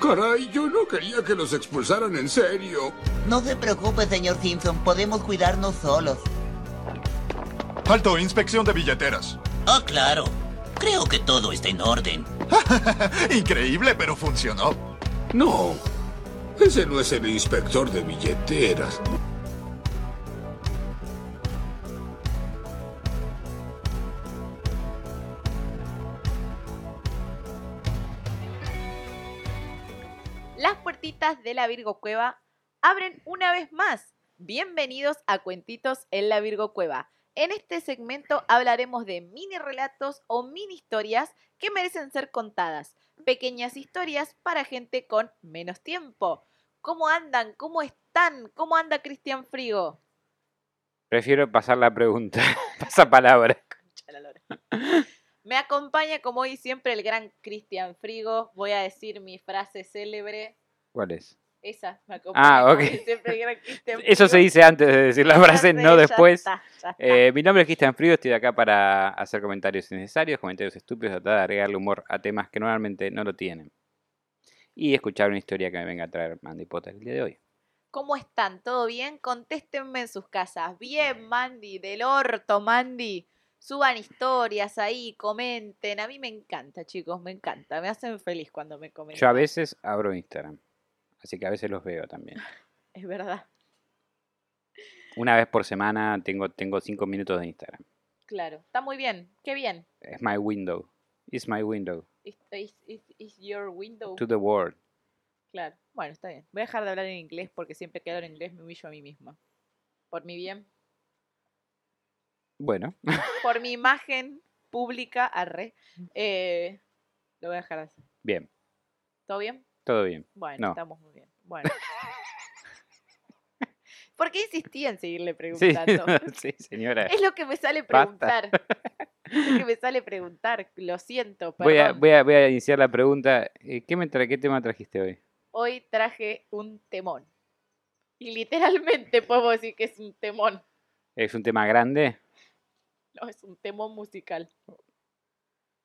Caray, yo no quería que los expulsaran en serio. No se preocupe, señor Simpson. Podemos cuidarnos solos. Alto, inspección de billeteras. Ah, claro. Creo que todo está en orden. Increíble, pero funcionó. No, ese no es el inspector de billeteras. Las puertitas de la Virgo Cueva abren una vez más. Bienvenidos a Cuentitos en la Virgo Cueva. En este segmento hablaremos de mini relatos o mini historias que merecen ser contadas. Pequeñas historias para gente con menos tiempo. ¿Cómo andan? ¿Cómo están? ¿Cómo anda Cristian Frigo? Prefiero pasar la pregunta. Pasa palabra. Ya la lora. Me acompaña como hoy siempre el gran Cristian Frigo. Voy a decir mi frase célebre. ¿Cuál es? Esa me acompaña. Ah, como ok. siempre el gran Cristian Eso se Frigo. dice antes de decir la frase, Ya no sé, ya después. está, ya está. Eh, mi nombre es Cristian Frío, estoy acá para hacer comentarios innecesarios, comentarios estúpidos, tratar de agregarle humor a temas que normalmente no lo tienen. Y escuchar una historia que me venga a traer Mandy Potter el día de hoy. ¿Cómo están? ¿Todo bien? Contéstenme en sus casas. Bien, Mandy, del orto, Mandy. Suban historias ahí, comenten. A mí me encanta, chicos, me encanta. Me hacen feliz cuando me comentan. Yo a veces abro Instagram, así que a veces los veo también. Es verdad, Una vez por semana tengo, tengo cinco minutos de Instagram. claro. Está muy bien, qué bien. Es my window. It's my window Is, is- is- is your window. to the world. Claro. Bueno, está bien. Voy a dejar de hablar en inglés porque siempre que hablo en inglés me humillo a mí misma. Por mi bien, Bueno, por mi imagen pública, arre. Mm. Eh, lo voy a dejar así. bien, ¿Todo bien? todo bien. Bueno, No. estamos muy bien. Bueno. ¿Por qué insistí en seguirle Sí, preguntando? sí, señora. Es lo que me sale Basta. preguntar. Es lo que me sale preguntar. Lo siento, Voy a, perdón. voy, a, voy a iniciar la pregunta. eh, ¿Qué, me tra- ¿Qué tema trajiste hoy? Hoy traje un temón. Y literalmente podemos decir que es un temón. ¿Es un tema grande? No, es un temón musical.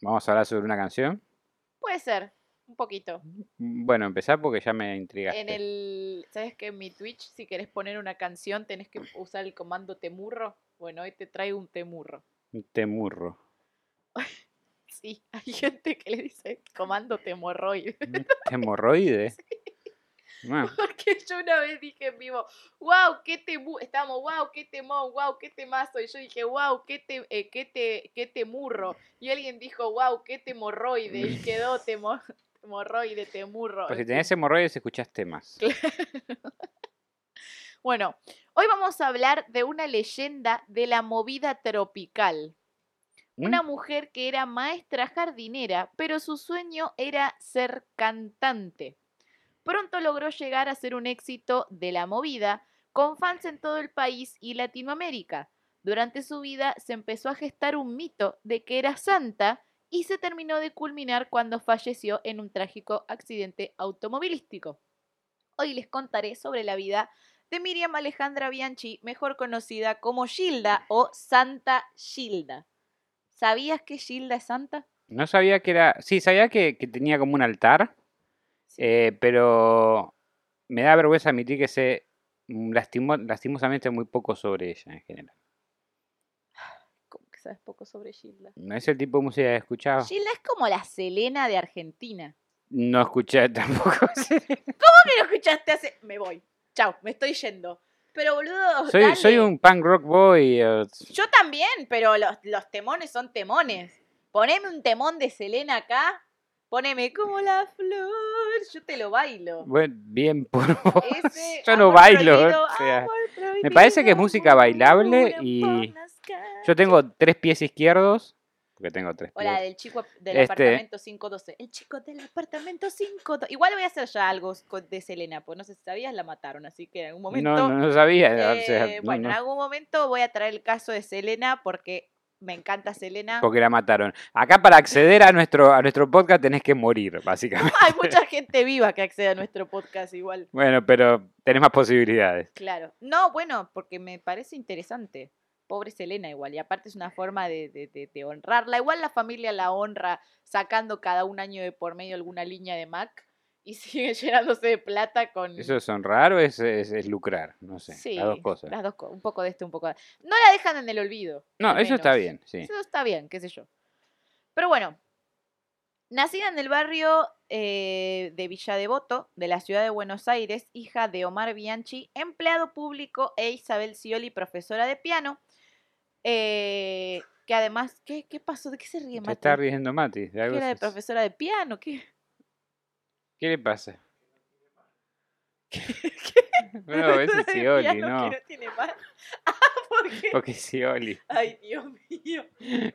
¿Vamos a hablar sobre una canción? Mm, Puede ser, un poquito. Bueno, empezá porque ya me intrigaste. En el. ¿Sabes que en mi Twitch, si querés poner una canción, tenés que usar el comando temurro? Bueno, hoy te traigo un temurro. Un temurro. Sí, hay gente que le dice comando temorroide. Un temorroide. Bueno, Porque yo una vez dije en vivo, wow, qué temu, estábamos, wow, qué temón, wow, qué temazo. Y yo dije, wow, qué, te, eh, qué, te, qué temurro. Y alguien dijo, wow, qué temorroide. Y quedó temo, temorroide, temurro. pues si en tenés fin. hemorroides escuchás temas. Bueno, hoy vamos a hablar de una leyenda de la movida tropical. ¿Mm? Una mujer que era maestra jardinera, pero su sueño era ser cantante. Pronto logró llegar a ser un éxito de la movida, con fans en todo el país y Latinoamérica. Durante su vida se empezó a gestar un mito de que era santa y se terminó de culminar cuando falleció en un trágico accidente automovilístico. Hoy les contaré sobre la vida de Miriam Alejandra Bianchi, mejor conocida como Gilda o Santa Gilda. ¿Sabías que Gilda es santa? No sabía que era... Sí, sabía que, que tenía como un altar, Sí. eh, pero me da vergüenza admitir que sé mm, lastimo- lastimosamente muy poco sobre ella en general. Como que sabes poco sobre Gilda. No es el tipo de música que escuchaba. Gilda es como la Selena de Argentina. No escuché tampoco. ¿Por qué lo escuchaste hace.? Me voy. Chao, me estoy yendo. Pero boludo. soy, dale. soy un punk rock boy. eh, Yo también, pero los, los temones son temones. Poneme un temón de Selena acá. Poneme como la flor. Yo te lo bailo. Bueno, bien por vos. Ese Yo no amor bailo. prohibido, o sea, amor me parece que es prohibido, música amor bailable puro y por las calles. yo tengo tres pies izquierdos. Porque tengo tres O pies. la del chico del Este- apartamento 512. El chico del apartamento 512. Igual voy a hacer ya algo co- de Selena, pues no sé si sabías, la mataron, así que en algún momento... no, no, no sabía. o eh, sea, no, bueno, no, en algún momento voy a traer el caso de Selena porque me encanta Selena. porque la mataron. Acá para acceder a nuestro, a nuestro podcast tenés que morir, básicamente. Hay mucha gente viva que accede a nuestro podcast igual. Bueno, pero tenés más posibilidades. Claro. No, bueno, porque me parece interesante. Pobre Selena igual. Y aparte es una forma de, de- de- de honrarla. Igual la familia la honra sacando cada un año de por medio alguna línea de Mac. y siguen llenándose de plata con... ¿Eso es honrar o es, es- es lucrar? No sé. Mm. Sí, las dos cosas. las dos co- un poco de esto, un poco de... No la dejan en el olvido. No, al eso está menos. bien, sí. Eso está bien, qué sé yo. Pero bueno, nacida en el barrio eh, de Villa Devoto, de la ciudad de Buenos Aires, hija de Omar Bianchi, empleado público, e Isabel Scioli, profesora de piano, eh, que además, ¿qué, qué pasó? ¿De qué se ríe, Te Mati? está riendo Mati. de ¿Qué algo era de sos- profesora de piano? ¿Qué? ¿Qué le pasa? No, ese es Profesora de Scioli, piano no. Que no tiene más. Ah, porque... Porque Scioli Ay, Dios mío.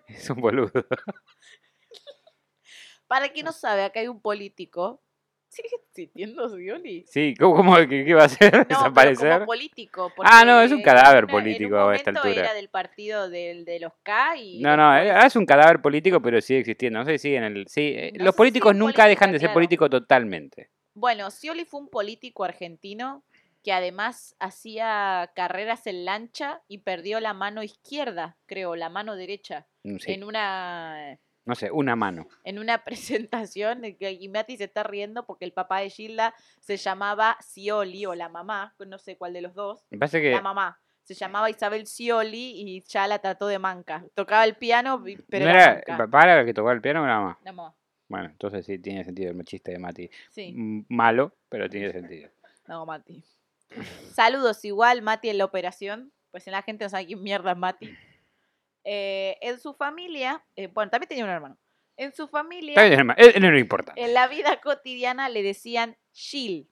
es un boludo. Para quien no sabe, acá hay un político. ¿Sigue existiendo Scioli? Sí, ¿cómo, cómo- qué, qué va a hacer? No, pero ¿Desaparecer? como político. Ah, no, es un porque en cadáver un político a esta momento altura. Era del partido del, de los K y. No, no, eh, es un cadáver político, pero sigue existiendo. No sé si en el. Sí, eh, No sé si los políticos en nunca dejan política, de ser claro. políticos totalmente. Bueno, Scioli fue un político argentino que además hacía carreras en lancha y perdió la mano izquierda, creo, la mano derecha, Mm, sí, en una No sé, una mano. en una presentación. eh, que- Y Mati se está riendo porque el papá de Gilda se llamaba Scioli o la mamá, no sé cuál de los dos. Me parece que. la mamá. Se llamaba Isabel Scioli y ya la trató de manca. Tocaba el piano, y- pero ¿No era, era manca. el papá era el que tocaba el piano o la mamá? La mamá, Bueno, entonces sí tiene sentido el machista de Mati. Sí, M- Malo, pero tiene sentido. no, Mati. Saludos igual, Mati, en la operación. Pues en la gente no sabe quién mierda es Mati. Eh, en su familia, eh, bueno, también tenía un hermano. En su familia, Está bien, hermano, eh, no le importa. en la vida cotidiana le decían Gil.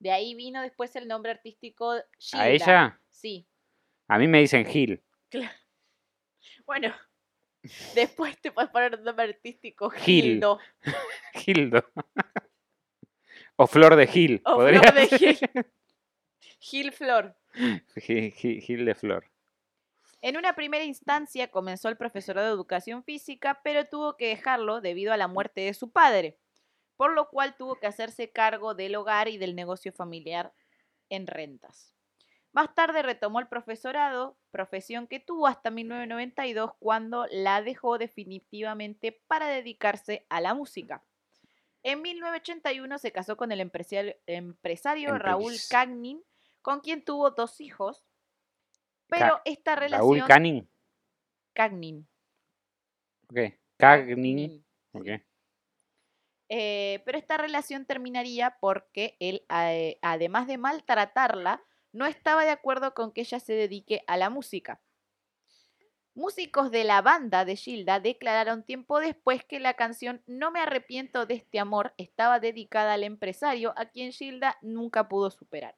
De ahí vino después el nombre artístico Gilda. ¿A ella? Sí. A mí me dicen Gil. Bueno, después te puedes poner un nombre artístico Gil. Gildo. Gildo. o Flor de Gil. O podría Flor de ser. Gil. Gil Flor. Gi- gi- Gil de Flor. En una primera instancia comenzó el profesorado de educación física, pero tuvo que dejarlo debido a la muerte de su padre, por lo cual tuvo que hacerse cargo del hogar y del negocio familiar en rentas. Más tarde retomó el profesorado, profesión que tuvo hasta 1992, cuando la dejó definitivamente para dedicarse a la música. En 1981 se casó con el empresario, empresario Raúl Empres- Cagnin, con quien tuvo dos hijos, Ca- pero esta relación... Raúl Canin. Cagnin. Ok. Cagnin. Ok. Eh, pero esta relación terminaría porque él, a- eh, además de maltratarla, no estaba de acuerdo con que ella se dedique a la música. Músicos de la banda de Gilda declararon tiempo después que la canción No me arrepiento de este amor estaba dedicada al empresario a quien Gilda nunca pudo superar.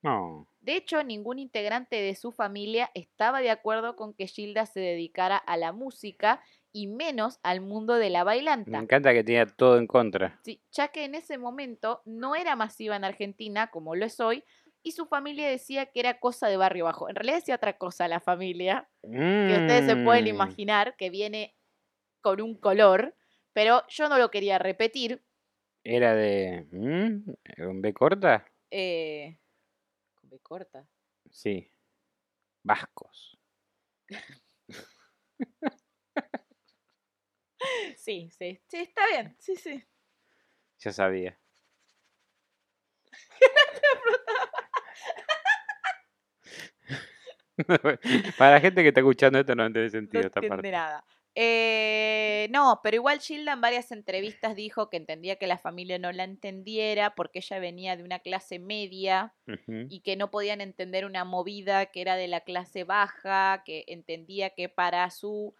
No. De hecho, ningún integrante de su familia estaba de acuerdo con que Gilda se dedicara a la música y menos al mundo de la Me bailanta. encanta que tenía todo en contra. Sí, ya que en ese momento no era masiva en Argentina como lo es hoy y su familia decía que era cosa de barrio bajo. En realidad decía otra cosa la familia, que ustedes se pueden Mm. imaginar que viene con un color, pero yo no lo quería repetir. Era de. ¿Mm? ¿Con B corta? Eh... me corta. Sí. Vascos. Sí, sí, sí, está bien. Sí, sí. Ya sabía. Para la gente que está escuchando esto no tiene No sentido esta entiende parte. nada. Eh, no, pero igual Gilda en varias entrevistas dijo que entendía que la familia no la entendiera porque ella venía de una clase media Ujú. y que no podían entender una movida que era de la clase baja, que entendía que para su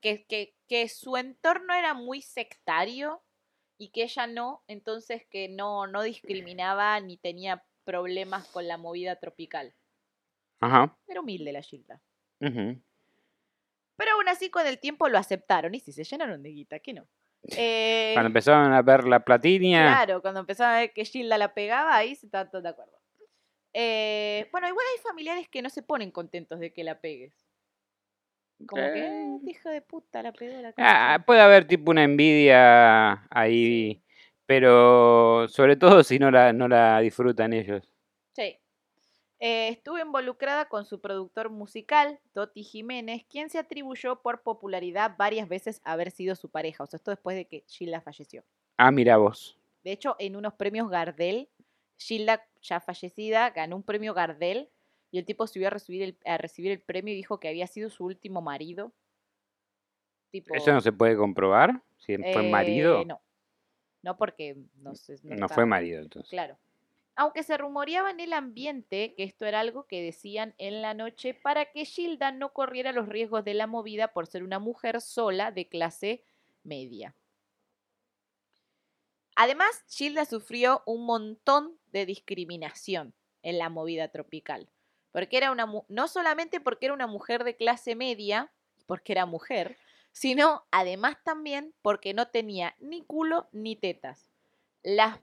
que, que, que su entorno era muy sectario y que ella no, entonces que no, no discriminaba ni tenía problemas con la movida tropical. Ajá. Era humilde la Gilda. Ujú. Pero aún así con el tiempo lo aceptaron. Y si se llenaron de guita, ¿qué no? Eh, Cuando empezaron a ver la platinia. Claro, cuando empezaron a ver que Gilda la pegaba, ahí se estaban todos de acuerdo. Eh, bueno, igual hay familiares que no se ponen contentos de que la pegues. Como que, Eh. "Eh, hijo de puta, la pegó la Ah, concha". puede haber tipo una envidia ahí. Pero sobre todo si no la, no la disfrutan ellos. Sí. Eh, estuvo involucrada con su productor musical, Toti Jiménez, quien se atribuyó por popularidad varias veces haber sido su pareja. O sea, esto después de que Gilda falleció. Ah, mira vos. De hecho, en unos premios Gardel, Gilda, ya fallecida, ganó un premio Gardel y el tipo subió a recibir el, a recibir el premio y dijo que había sido su último marido. Tipo, ¿Eso no se puede comprobar? ¿Si fue eh, marido? No. No, porque no sé. No está- fue marido, entonces. Claro. Aunque se rumoreaba en el ambiente que esto era algo que decían en la noche para que Gilda no corriera los riesgos de la movida por ser una mujer sola de clase media. Además, Gilda sufrió un montón de discriminación en la movida tropical. Porque era una mu- no solamente porque era una mujer de clase media, porque era mujer, sino además también porque no tenía ni culo ni tetas. Las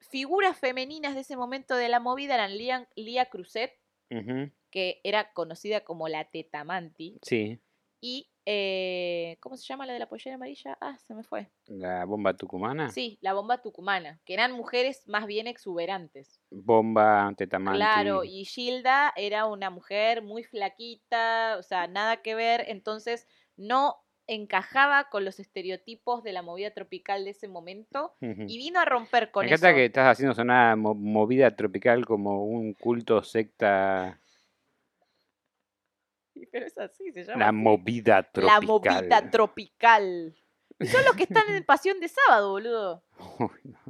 figuras femeninas de ese momento de la movida eran Lía, Lía Cruzet, Ujú, que era conocida como la Tetamanti, Sí, y eh, ¿cómo se llama la de la pollera amarilla? Ah, se me fue. la bomba tucumana. Sí, la bomba tucumana, que eran mujeres más bien exuberantes. Bomba tetamanti. Claro, y Gilda era una mujer muy flaquita, o sea, nada que ver, entonces no encajaba con los estereotipos de la movida tropical de ese momento Ujú. y vino a romper con Mm. Me encanta eso. que estás haciendo sonar mo- movida tropical como un culto secta. Sí, Pero es así, se llama. La así. movida tropical. La movida tropical. Y son los que están en Pasión de Sábado, boludo.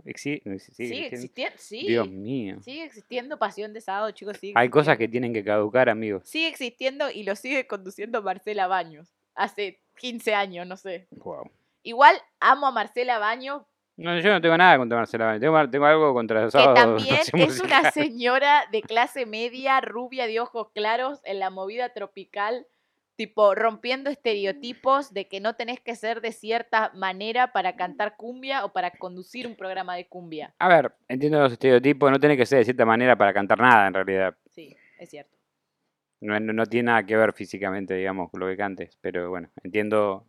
Exi- no, sí, Sigue, existen. existiendo. Sí. Dios mío. Sigue existiendo Pasión de Sábado, chicos. Sigue Hay existiendo. cosas que tienen que caducar, amigos. Sigue existiendo y lo sigue conduciendo Marcela Baños. Hace 15 años, no sé. Wow. Igual amo a Marcela Baños, No, yo no tengo nada contra Marcela Baños. Tengo, tengo algo contra que Sábado también Noche es una Musical. señora de clase media, rubia, de ojos claros, en la movida tropical, tipo rompiendo estereotipos de que no tenés que ser de cierta manera para cantar cumbia o para conducir un programa de cumbia. A ver, entiendo los estereotipos. No tiene que ser de cierta manera para cantar nada, en realidad. Sí, es cierto. No, no- no tiene nada que ver físicamente, digamos, con lo que cantes. Pero bueno, entiendo.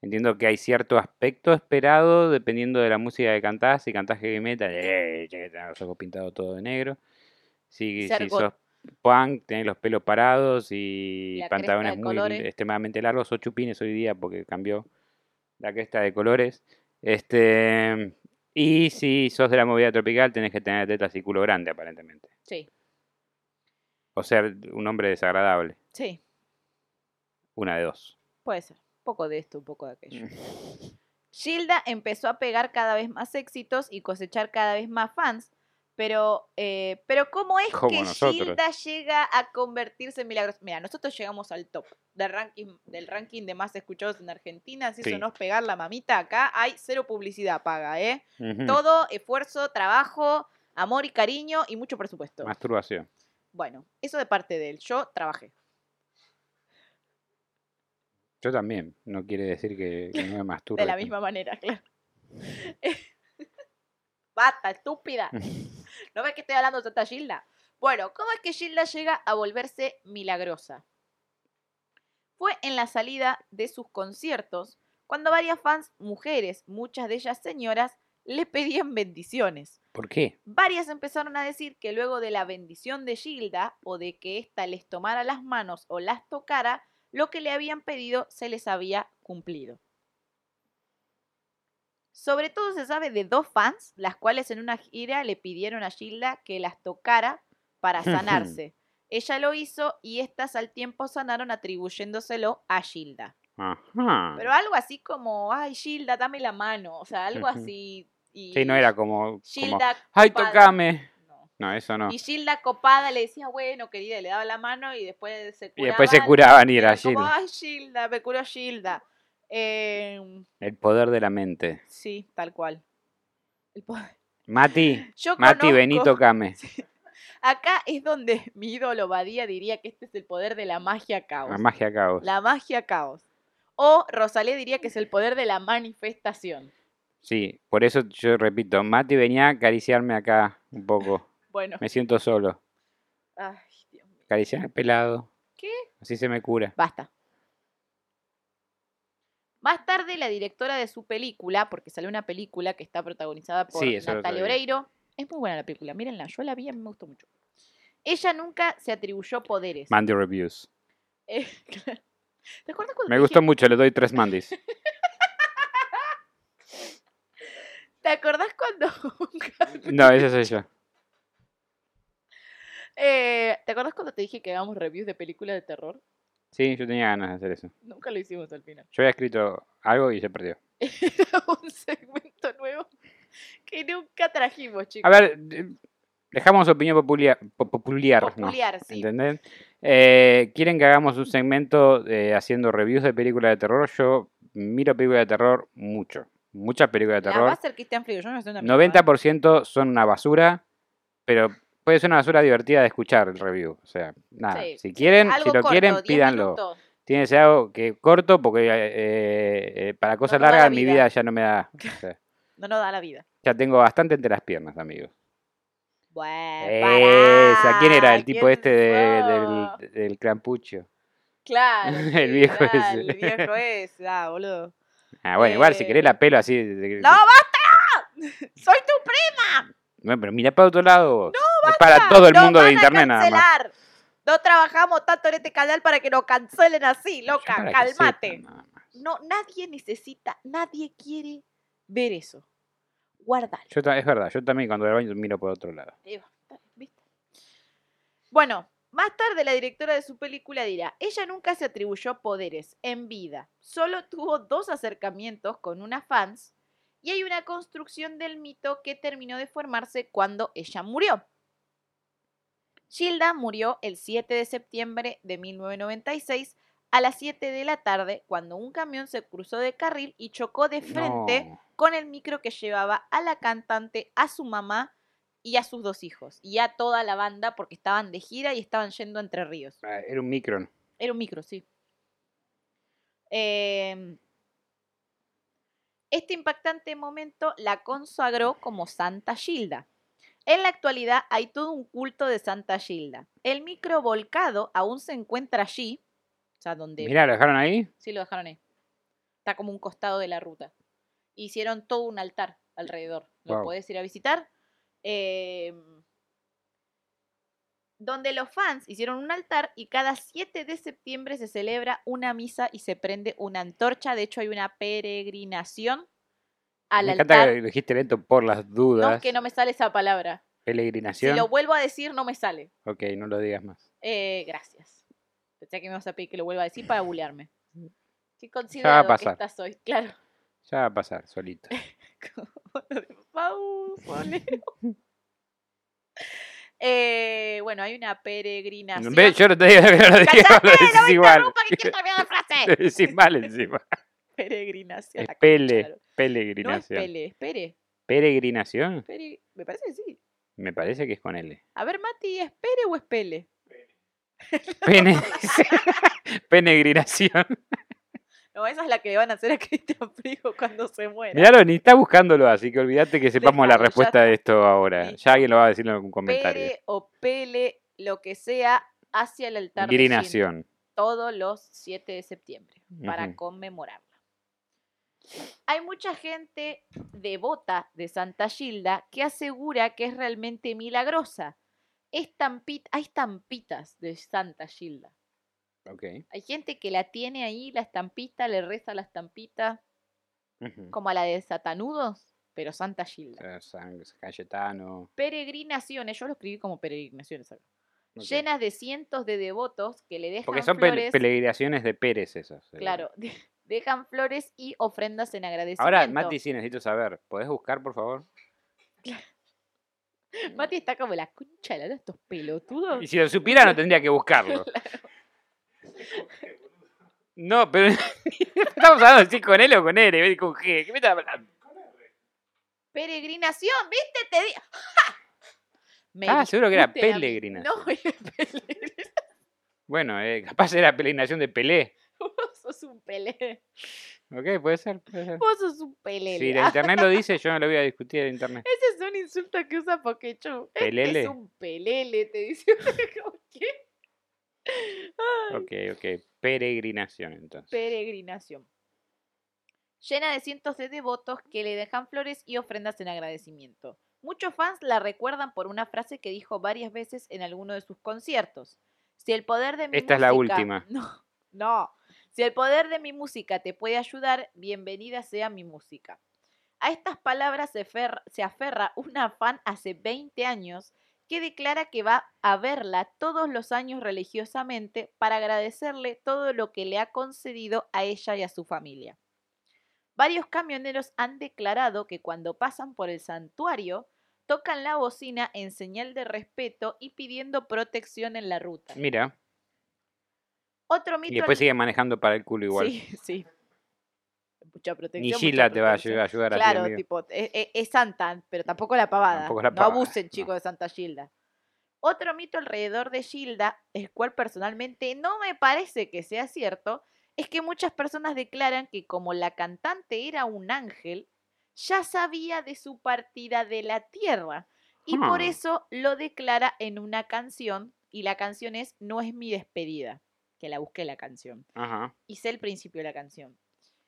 Entiendo que hay cierto aspecto esperado dependiendo de la música que cantás. Si cantás heavy metal, eh, tenés que tener los ojos pintados todo de negro. Si, Ser si got- sos punk, tenés los pelos parados y La cresta pantalones de muy colores. extremadamente largos. O chupines hoy día porque cambió la cresta de colores. Este. Y si sos de la movida tropical, tenés que tener tetas y culo grande, aparentemente. Sí, O ser un hombre desagradable. sí, Una de dos. puede ser. Un poco de esto, un poco de aquello. Mm. Gilda empezó a pegar cada vez más éxitos y cosechar cada vez más fans. Pero, eh, pero ¿cómo es Como que nosotros. Gilda llega a convertirse en milagros? Mira, nosotros llegamos al top del ranking, del ranking de más escuchados en Argentina. Si Sí. eso no es pegar la mamita, acá hay cero publicidad paga, ¿eh? Ujú. Todo esfuerzo, trabajo, amor y cariño y mucho presupuesto. Masturbación. Bueno, eso de parte de él. Yo trabajé. Yo también. No quiere decir que, que no me masturbe. De la misma manera, claro. Basta, estúpida. ¿No ves que estoy hablando de tanta Gilda? Bueno, ¿cómo es que Gilda llega a volverse milagrosa? Fue en la salida de sus conciertos cuando varias fans mujeres, muchas de ellas señoras, le pedían bendiciones. ¿Por qué? Varias empezaron a decir que luego de la bendición de Gilda o de que ésta les tomara las manos o las tocara, lo que le habían pedido se les había cumplido. Sobre todo se sabe de dos fans, las cuales en una gira le pidieron a Gilda que las tocara para sanarse. Ella lo hizo y estas al tiempo sanaron atribuyéndoselo a Gilda. Ajá. Pero algo así como, ay Gilda, dame la mano, o sea, algo Ujú. así. Y Sí, no era como. como, Gilda ¡Ay, copada. tocame! No. No, eso no. Y Gilda copada le decía, bueno, querida, y le daba la mano y después se Y curaban. después se curaban y era Era como, ah. Gilda. Ay, Gilda, me curó Gilda. Eh, El poder de la mente. sí, tal cual. El poder. Mati, Yo Mati, vení, conozco- tocame. Acá es donde mi ídolo Badía diría que este es el poder de la magia caos. La magia caos. La magia caos. O Rosalía diría que es el poder de la manifestación. Sí, por eso yo repito, Mati venía a acariciarme acá un poco. Bueno, Me siento solo. ay, Dios mío. Acariciarme pelado. ¿Qué? Así se me cura. Basta. Más tarde, la directora de su película, porque salió una película que está protagonizada por Sí, eso lo Natalia sabía. Oreiro. Es muy buena la película, mírenla, yo la vi, a mí me gustó mucho. Ella nunca se atribuyó poderes. Mandy Reviews. Eh, claro. ¿Te acuerdas cuando Me te gustó dije- mucho, le doy tres mandis. ¿Te ¿Te acordás cuando... No, ese soy yo. Eh, ¿Te acordás cuando te dije que hagamos reviews de películas de terror? Sí, yo tenía ganas de hacer eso. Nunca lo hicimos al final. Yo había escrito algo y se perdió. Era un segmento nuevo que nunca trajimos, chicos. A ver, de- dejamos opinión popular, popular, ¿no? Popular, sí. ¿Entendés? Eh, ¿Quieren que hagamos un segmento eh, haciendo reviews de películas de terror? Yo miro películas de terror mucho. Muchas películas de La va a terror. hacer Cristian Frío. Yo no sé una ¿eh? mierda. 90% son una basura, pero puede ser una basura divertida de escuchar el review. O sea, nada. Sí. Si quieren, Algo si lo corto, quieren, 10 pídanlo. minutos. Tiene que ser algo que corto, porque eh, eh, para cosas No te da la largas mi vida. vida ya no me da. o sea, No nos da la vida. ya tengo bastante entre las piernas, amigos. Eh, Bueno, Esa, pará, ¿quién era? El tipo ¿quién este de- sos? del, del crampucho. Claro. el sí, viejo ah, ese. El viejo ese, ah, boludo. Ah, bueno, igual si Eh. querés la pelo así. de- de- ¡No, basta! ¡Soy tu primo! Bueno, pero mira para otro lado. vos. es para todo el Nos mundo de van a internet nada más. cancelar. No trabajamos tanto en este canal para que nos cancelen así, loca. Para que Calmate. sepan, nada más. No, nadie necesita, nadie quiere ver eso. Guárdalo. Yo ta- es verdad, yo también cuando voy al baño miro por otro lado. Eh, basta, ¿viste? Bueno, más tarde la directora de su película dirá, ella nunca se atribuyó poderes en vida, solo tuvo dos acercamientos con unas fans y hay una construcción del mito que terminó de formarse cuando ella murió. Gilda murió el 7 de septiembre de 1996 a las 7 de la tarde cuando un camión se cruzó de carril y chocó de frente No. con el micro que llevaba a la cantante, a su mamá y a sus dos hijos. Y a toda la banda porque estaban de gira y estaban yendo a Entre Ríos. Ah, Era un micron. Era un micro, sí. Eh, este impactante momento la consagró como Santa Gilda. En la actualidad hay todo un culto de Santa Gilda. El micro volcado aún se encuentra allí, o sea, donde Mirá, lo dejaron ahí. Sí, lo dejaron ahí. Está como un costado de la ruta. Hicieron todo un altar alrededor. Lo Guau. podés ir a visitar. Eh, donde los fans hicieron un altar y cada 7 de septiembre se celebra una misa y se prende una antorcha. De hecho, hay una peregrinación al me encanta que altar. lo dijiste lento por las dudas. No, es que no me sale esa palabra. Si Pelegrinación. lo vuelvo a decir, no me sale. Ok, no lo digas más. Eh, gracias. Pensé que me vas a pedir que lo vuelva a decir para bulearme. Qué va a considerado que pasar. estás hoy, claro. Ya va a pasar, solito. como lo de Pau, Poleo. Eh, bueno, hay una peregrinación. ¿Ves? Yo no te digo que no lo digas, lo ¡Cállate! ¡No decís me igual. interrumpas que quiero terminar la Lo frase! decís mal encima. Peregrinación. Es la concha pele, de la- No es pelegrinación. pele, espere. ¿Peregrinación? Pere, me parece que sí. Me parece que es con L. A ver, Mati, ¿es pere o es pele? Pene... Penegrinación. No, esa es la que le van a hacer a Cristian Frigo cuando se muera. Mirá, ni está buscándolo, así que olvídate que sepamos la Dejalo, ya respuesta de esto ahora. Listo. Ya alguien lo va a decir en algún comentario. Pere o pele, lo que sea, hacia el altar de Shin. Grinación. todos los 7 de septiembre para Ujú. conmemorarla. Hay mucha gente devota de Santa Gilda que asegura que es realmente milagrosa. Estampi- hay estampitas de Santa Gilda. Ok. Hay gente que la tiene ahí, la estampita, le reza la estampita, como a la de Satanudos, pero Santa Gilda. San Cayetano. Peregrinaciones, yo lo escribí como peregrinaciones acá, ok. Llenas de cientos de devotos que le dejan Porque son pe- flores. peregrinaciones de Pérez esas. eh. seguro. Claro, de- dejan flores y ofrendas en agradecimiento. Ahora, Mati, sí necesito saber. ¿Podés buscar, por favor? Mati está como la concha de la lora, estos pelotudos. Y si lo supiera, no tendría que buscarlo. No, pero. Estamos hablando de si con L o con R, con G. ¿Qué me estás hablando? Peregrinación, ¿viste? Te di. ¡Ja! Me Ah, seguro que era discuten a mí. peregrinación. No, era peregrinación. Bueno, eh, capaz era peregrinación de Pelé. Vos sos un pelé. Ok, puede ser. Puede ser. Vos sos un pelé. Si la internet lo dice, yo no lo voy a discutir en internet. Ese es un insulto que usa Pokechu. Pelele. Es un pelele, te dice. Como, ¿Qué? Ay, Ok, ok. Peregrinación, entonces. peregrinación. Llena de cientos de devotos que le dejan flores y ofrendas en agradecimiento. Muchos fans la recuerdan por una frase que dijo varias veces en alguno de sus conciertos. Si el poder de mi Esta es la música- última. No, no. Si el poder de mi música te puede ayudar, bienvenida sea mi música. A estas palabras se, fer- se aferra una fan hace 20 años que declara que va a verla todos los años religiosamente para agradecerle todo lo que le ha concedido a ella y a su familia. Varios camioneros han declarado que cuando pasan por el santuario tocan la bocina en señal de respeto y pidiendo protección en la ruta. Mira. Otro mito Y después al- sigue manejando para el culo igual. Sí, sí. Mucha protección. Ni mucha Gila te va a protección. ayudar, ayudar a ti, Claro, amigo. tipo, es, es- es santa, pero tampoco la pavada. Tampoco la no pavada, abusen, no. chicos, de Santa Gilda. Otro mito alrededor de Gilda, el cual personalmente no me parece que sea cierto, es que muchas personas declaran que como la cantante era un ángel, ya sabía de su partida de la tierra. Y por Hmm. eso lo declara en una canción, y la canción es No es mi despedida, que la busqué la canción. Ajá. Y sé el principio de la canción.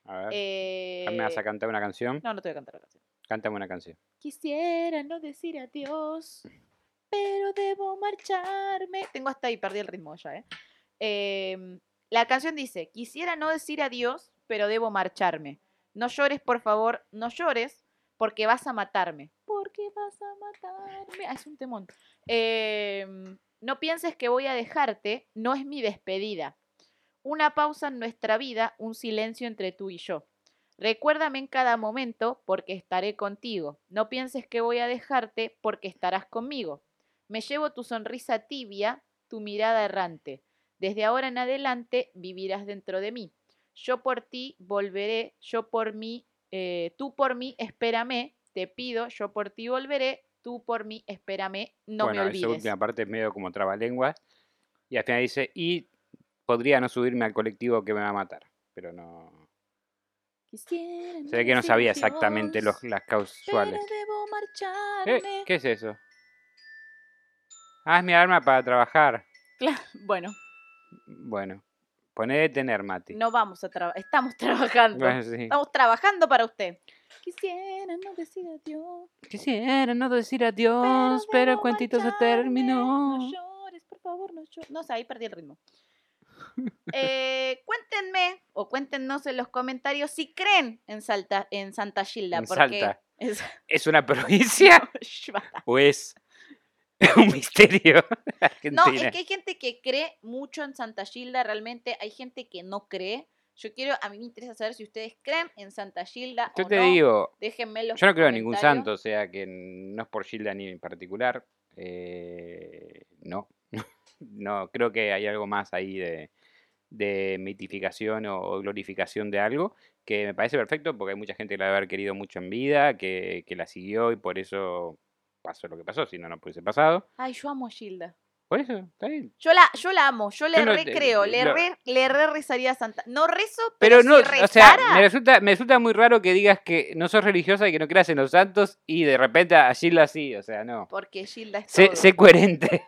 A ver. Eh, Ah, ¿Me vas a cantar una canción? No, no te voy a cantar la canción. Cántame una canción. Quisiera no decir adiós, pero debo marcharme. Tengo hasta ahí, perdí el ritmo ya, ¿eh? Eh, La canción dice, quisiera no decir adiós, pero debo marcharme. No llores, por favor, no llores, porque vas a matarme. Porque vas a matarme. Ah, es un temón. Eh, no pienses que voy a dejarte, no es mi despedida. Una pausa en nuestra vida, un silencio entre tú y yo. Recuérdame en cada momento porque estaré contigo. No pienses que voy a dejarte porque estarás conmigo. Me llevo tu sonrisa tibia, tu mirada errante. Desde ahora en adelante vivirás dentro de mí. Yo por ti volveré, yo por mí, eh, tú por mí espérame, te pido, yo por ti volveré, tú por mí espérame, no bueno, me esa olvides. última parte es medio como trabalenguas. Y al final dice, y podría no subirme al colectivo que me va a matar. Pero no. Quisiera Se ve que no decir sabía exactamente adiós, los, las causales. Pero debo ¿Qué, marcharme. ¿Qué es eso? Ah, es mi arma para trabajar. Claro, bueno, Bueno, poné detener, Mati. no vamos a trabajar, estamos trabajando. Bueno, sí. Estamos trabajando para usted. Quisiera no decir adiós. Quisiera no decir adiós, pero el debo cuentito se marcharme. terminó. No llores, por favor, no llores. No sé, ahí perdí el ritmo. Eh, cuéntenme o cuéntenos en los comentarios si creen en Salta, en Santa Gilda. En porque Salta. es- ¿Es una provincia Shh, basta. o es un misterio de No, Argentina? es que hay gente que cree mucho en Santa Gilda, realmente hay gente que no cree. Yo quiero, a mí me interesa saber si ustedes creen en Santa Gilda Yo o te no. digo, Déjenme en los yo no creo en ningún comentarios. santo, o sea que no es por Gilda ni en particular. eh, no. no, creo que hay algo más ahí de, de mitificación o, o glorificación de algo que me parece perfecto porque hay mucha gente que la debe haber querido mucho en vida, que, que la siguió y por eso pasó lo que pasó, si no, no hubiese pasado. Ay, yo amo a Gilda. Por eso, está bien. Yo la, yo la amo, yo le Yo no te- recreo, le, lo- re, le re rezaría a Santa. No rezo, pero, Pero no, si o sea, rezara, me resulta, me resulta muy raro que digas que no sos religiosa y que no creas en los santos y de repente a Gilda sí, o sea, no. porque Gilda es Sé, todo. sé coherente.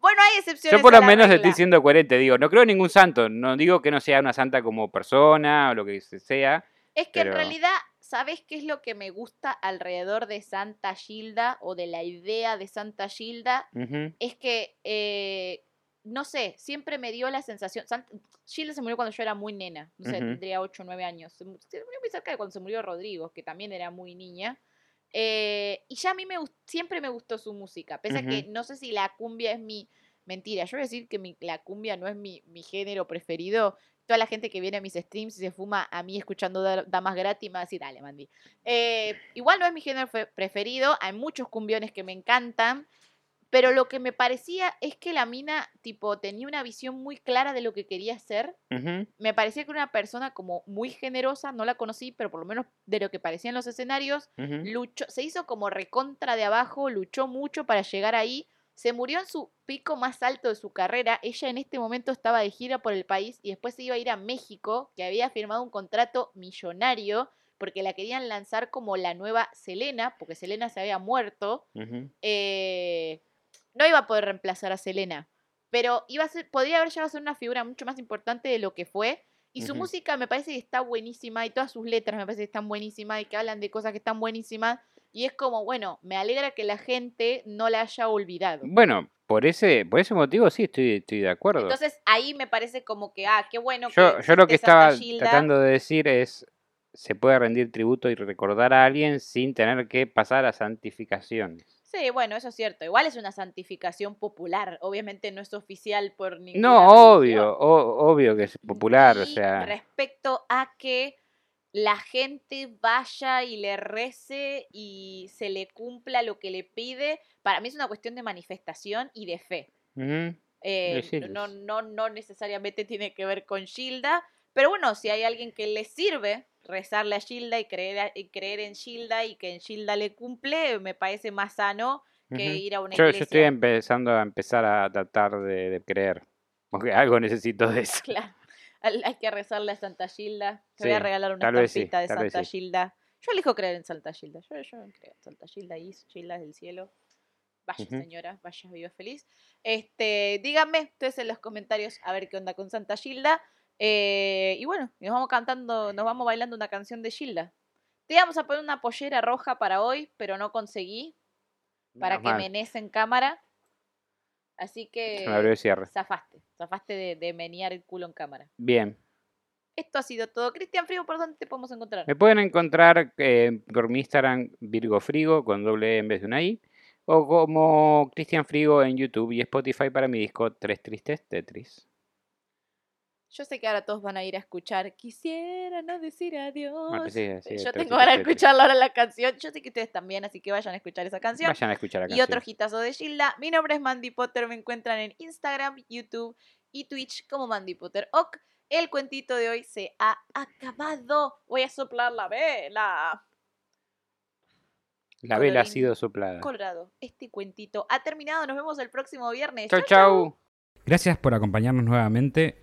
Bueno, hay excepciones Yo por lo a la menos regla. estoy siendo coherente, digo, no creo en ningún santo, no digo que no sea una santa como persona o lo que se- sea. Es que en pero- realidad, ¿sabes qué es lo que me gusta alrededor de Santa Gilda o de la idea de Santa Gilda? Ujú. Es que, eh, no sé, siempre me dio la sensación... Sant- Gilda se murió cuando yo era muy nena, no sé, Ujú. tendría 8 o 9 años. Se mu- se murió muy cerca de cuando se murió Rodrigo, que también era muy niña. Eh, y ya a mí me, gust- siempre me gustó su música, pese a que Ujú. no sé si la cumbia es mi... Mentira, yo voy a decir que mi- la cumbia no es mi, mi género preferido. Toda la gente que viene a mis streams y se fuma a mí escuchando da- Damas Gratis me va a decir, dale, Mandy. Eh, igual no es mi género fe- preferido, hay muchos cumbiones que me encantan, pero lo que me parecía es que la mina, tipo, tenía una visión muy clara de lo que quería hacer Ujú. me parecía que era una persona como muy generosa, no la conocí, pero por lo menos de lo que parecía en los escenarios, Ujú. luchó, se hizo como recontra de abajo, luchó mucho para llegar ahí, se murió en su pico más alto de su carrera, ella en este momento estaba de gira por el país y después se iba a ir a México, que había firmado un contrato millonario porque la querían lanzar como la nueva Selena, porque Selena se había muerto Ujú. eh, no iba a poder reemplazar a Selena, pero iba a ser, podría haber llegado a ser una figura mucho más importante de lo que fue. Y su Ujú. música me parece que está buenísima y todas sus letras me parece que están buenísimas y que hablan de cosas que están buenísimas. Y es como, bueno, me alegra que la gente no la haya olvidado. Bueno, por ese, por ese motivo sí estoy, estoy de acuerdo. Entonces ahí me parece como que, ah, qué bueno yo, que yo lo que existe Santa estaba Gilda. tratando de decir es se puede rendir tributo y recordar a alguien sin tener que pasar a santificaciones. Sí, bueno, eso es cierto. Igual es una santificación popular. Obviamente no es oficial por ninguna. No, religión. obvio, o- obvio que es popular, o Y sea, Respecto a que la gente vaya y le rece y se le cumpla lo que le pide, para mí es una cuestión de manifestación y de fe. ujú, Eh, Sí, sí, no, sí. no, no necesariamente tiene que ver con Gilda, pero bueno, si hay alguien que le sirve rezarle a Gilda y creer, a- y creer en Gilda y que en Gilda le cumple, me parece más sano que ujú. ir a una Yo, yo iglesia. estoy empezando a empezar a tratar de, de creer, porque algo necesito de eso. Claro. Al- Hay que rezarle a Santa Gilda. Te voy a Sí, regalar una tal vez sí, estampita de tal vez Santa sí. Gilda. Yo elijo creer en Santa Gilda. Yo, yo creo en Santa Gilda y Gilda del cielo. Vaya Ujú. señora, vaya viva feliz. Este, díganme ustedes en los comentarios a ver qué onda con Santa Gilda. Eh, y bueno, nos vamos cantando, nos vamos bailando una canción de Gilda. Te íbamos a poner una pollera roja para hoy, pero no conseguí para Menos que mal, Menés en cámara. Así que se me abrió el cierre. zafaste, zafaste de, de menear el culo en cámara. Bien. Esto ha sido todo. Cristian Frío, ¿por dónde te podemos encontrar? Me pueden encontrar eh, por mi Instagram virgofrigo con doble E en vez de una I o como Cristian Frigo en YouTube y Spotify para mi disco Tres Tristes Tetris. Yo sé que ahora todos van a ir a escuchar Quisiera no decir adiós. Ah, pues sí, sí, Yo tengo Tres Tristes ahora Tetris. escucharla ahora la canción. Yo sé que ustedes también, así que vayan a escuchar esa canción. Vayan a escuchar la y otro canción. hitazo de Gilda. Mi nombre es Mandy Potter. Me encuentran en Instagram, YouTube y Twitch como Mandy Potter Ok. El cuentito de hoy se ha acabado. Voy a soplar la vela. Ah. La vela ha colorín sido soplada. Colorado, este cuentito ha terminado. Nos vemos el próximo viernes. Chau, Chau, chau. Gracias por acompañarnos nuevamente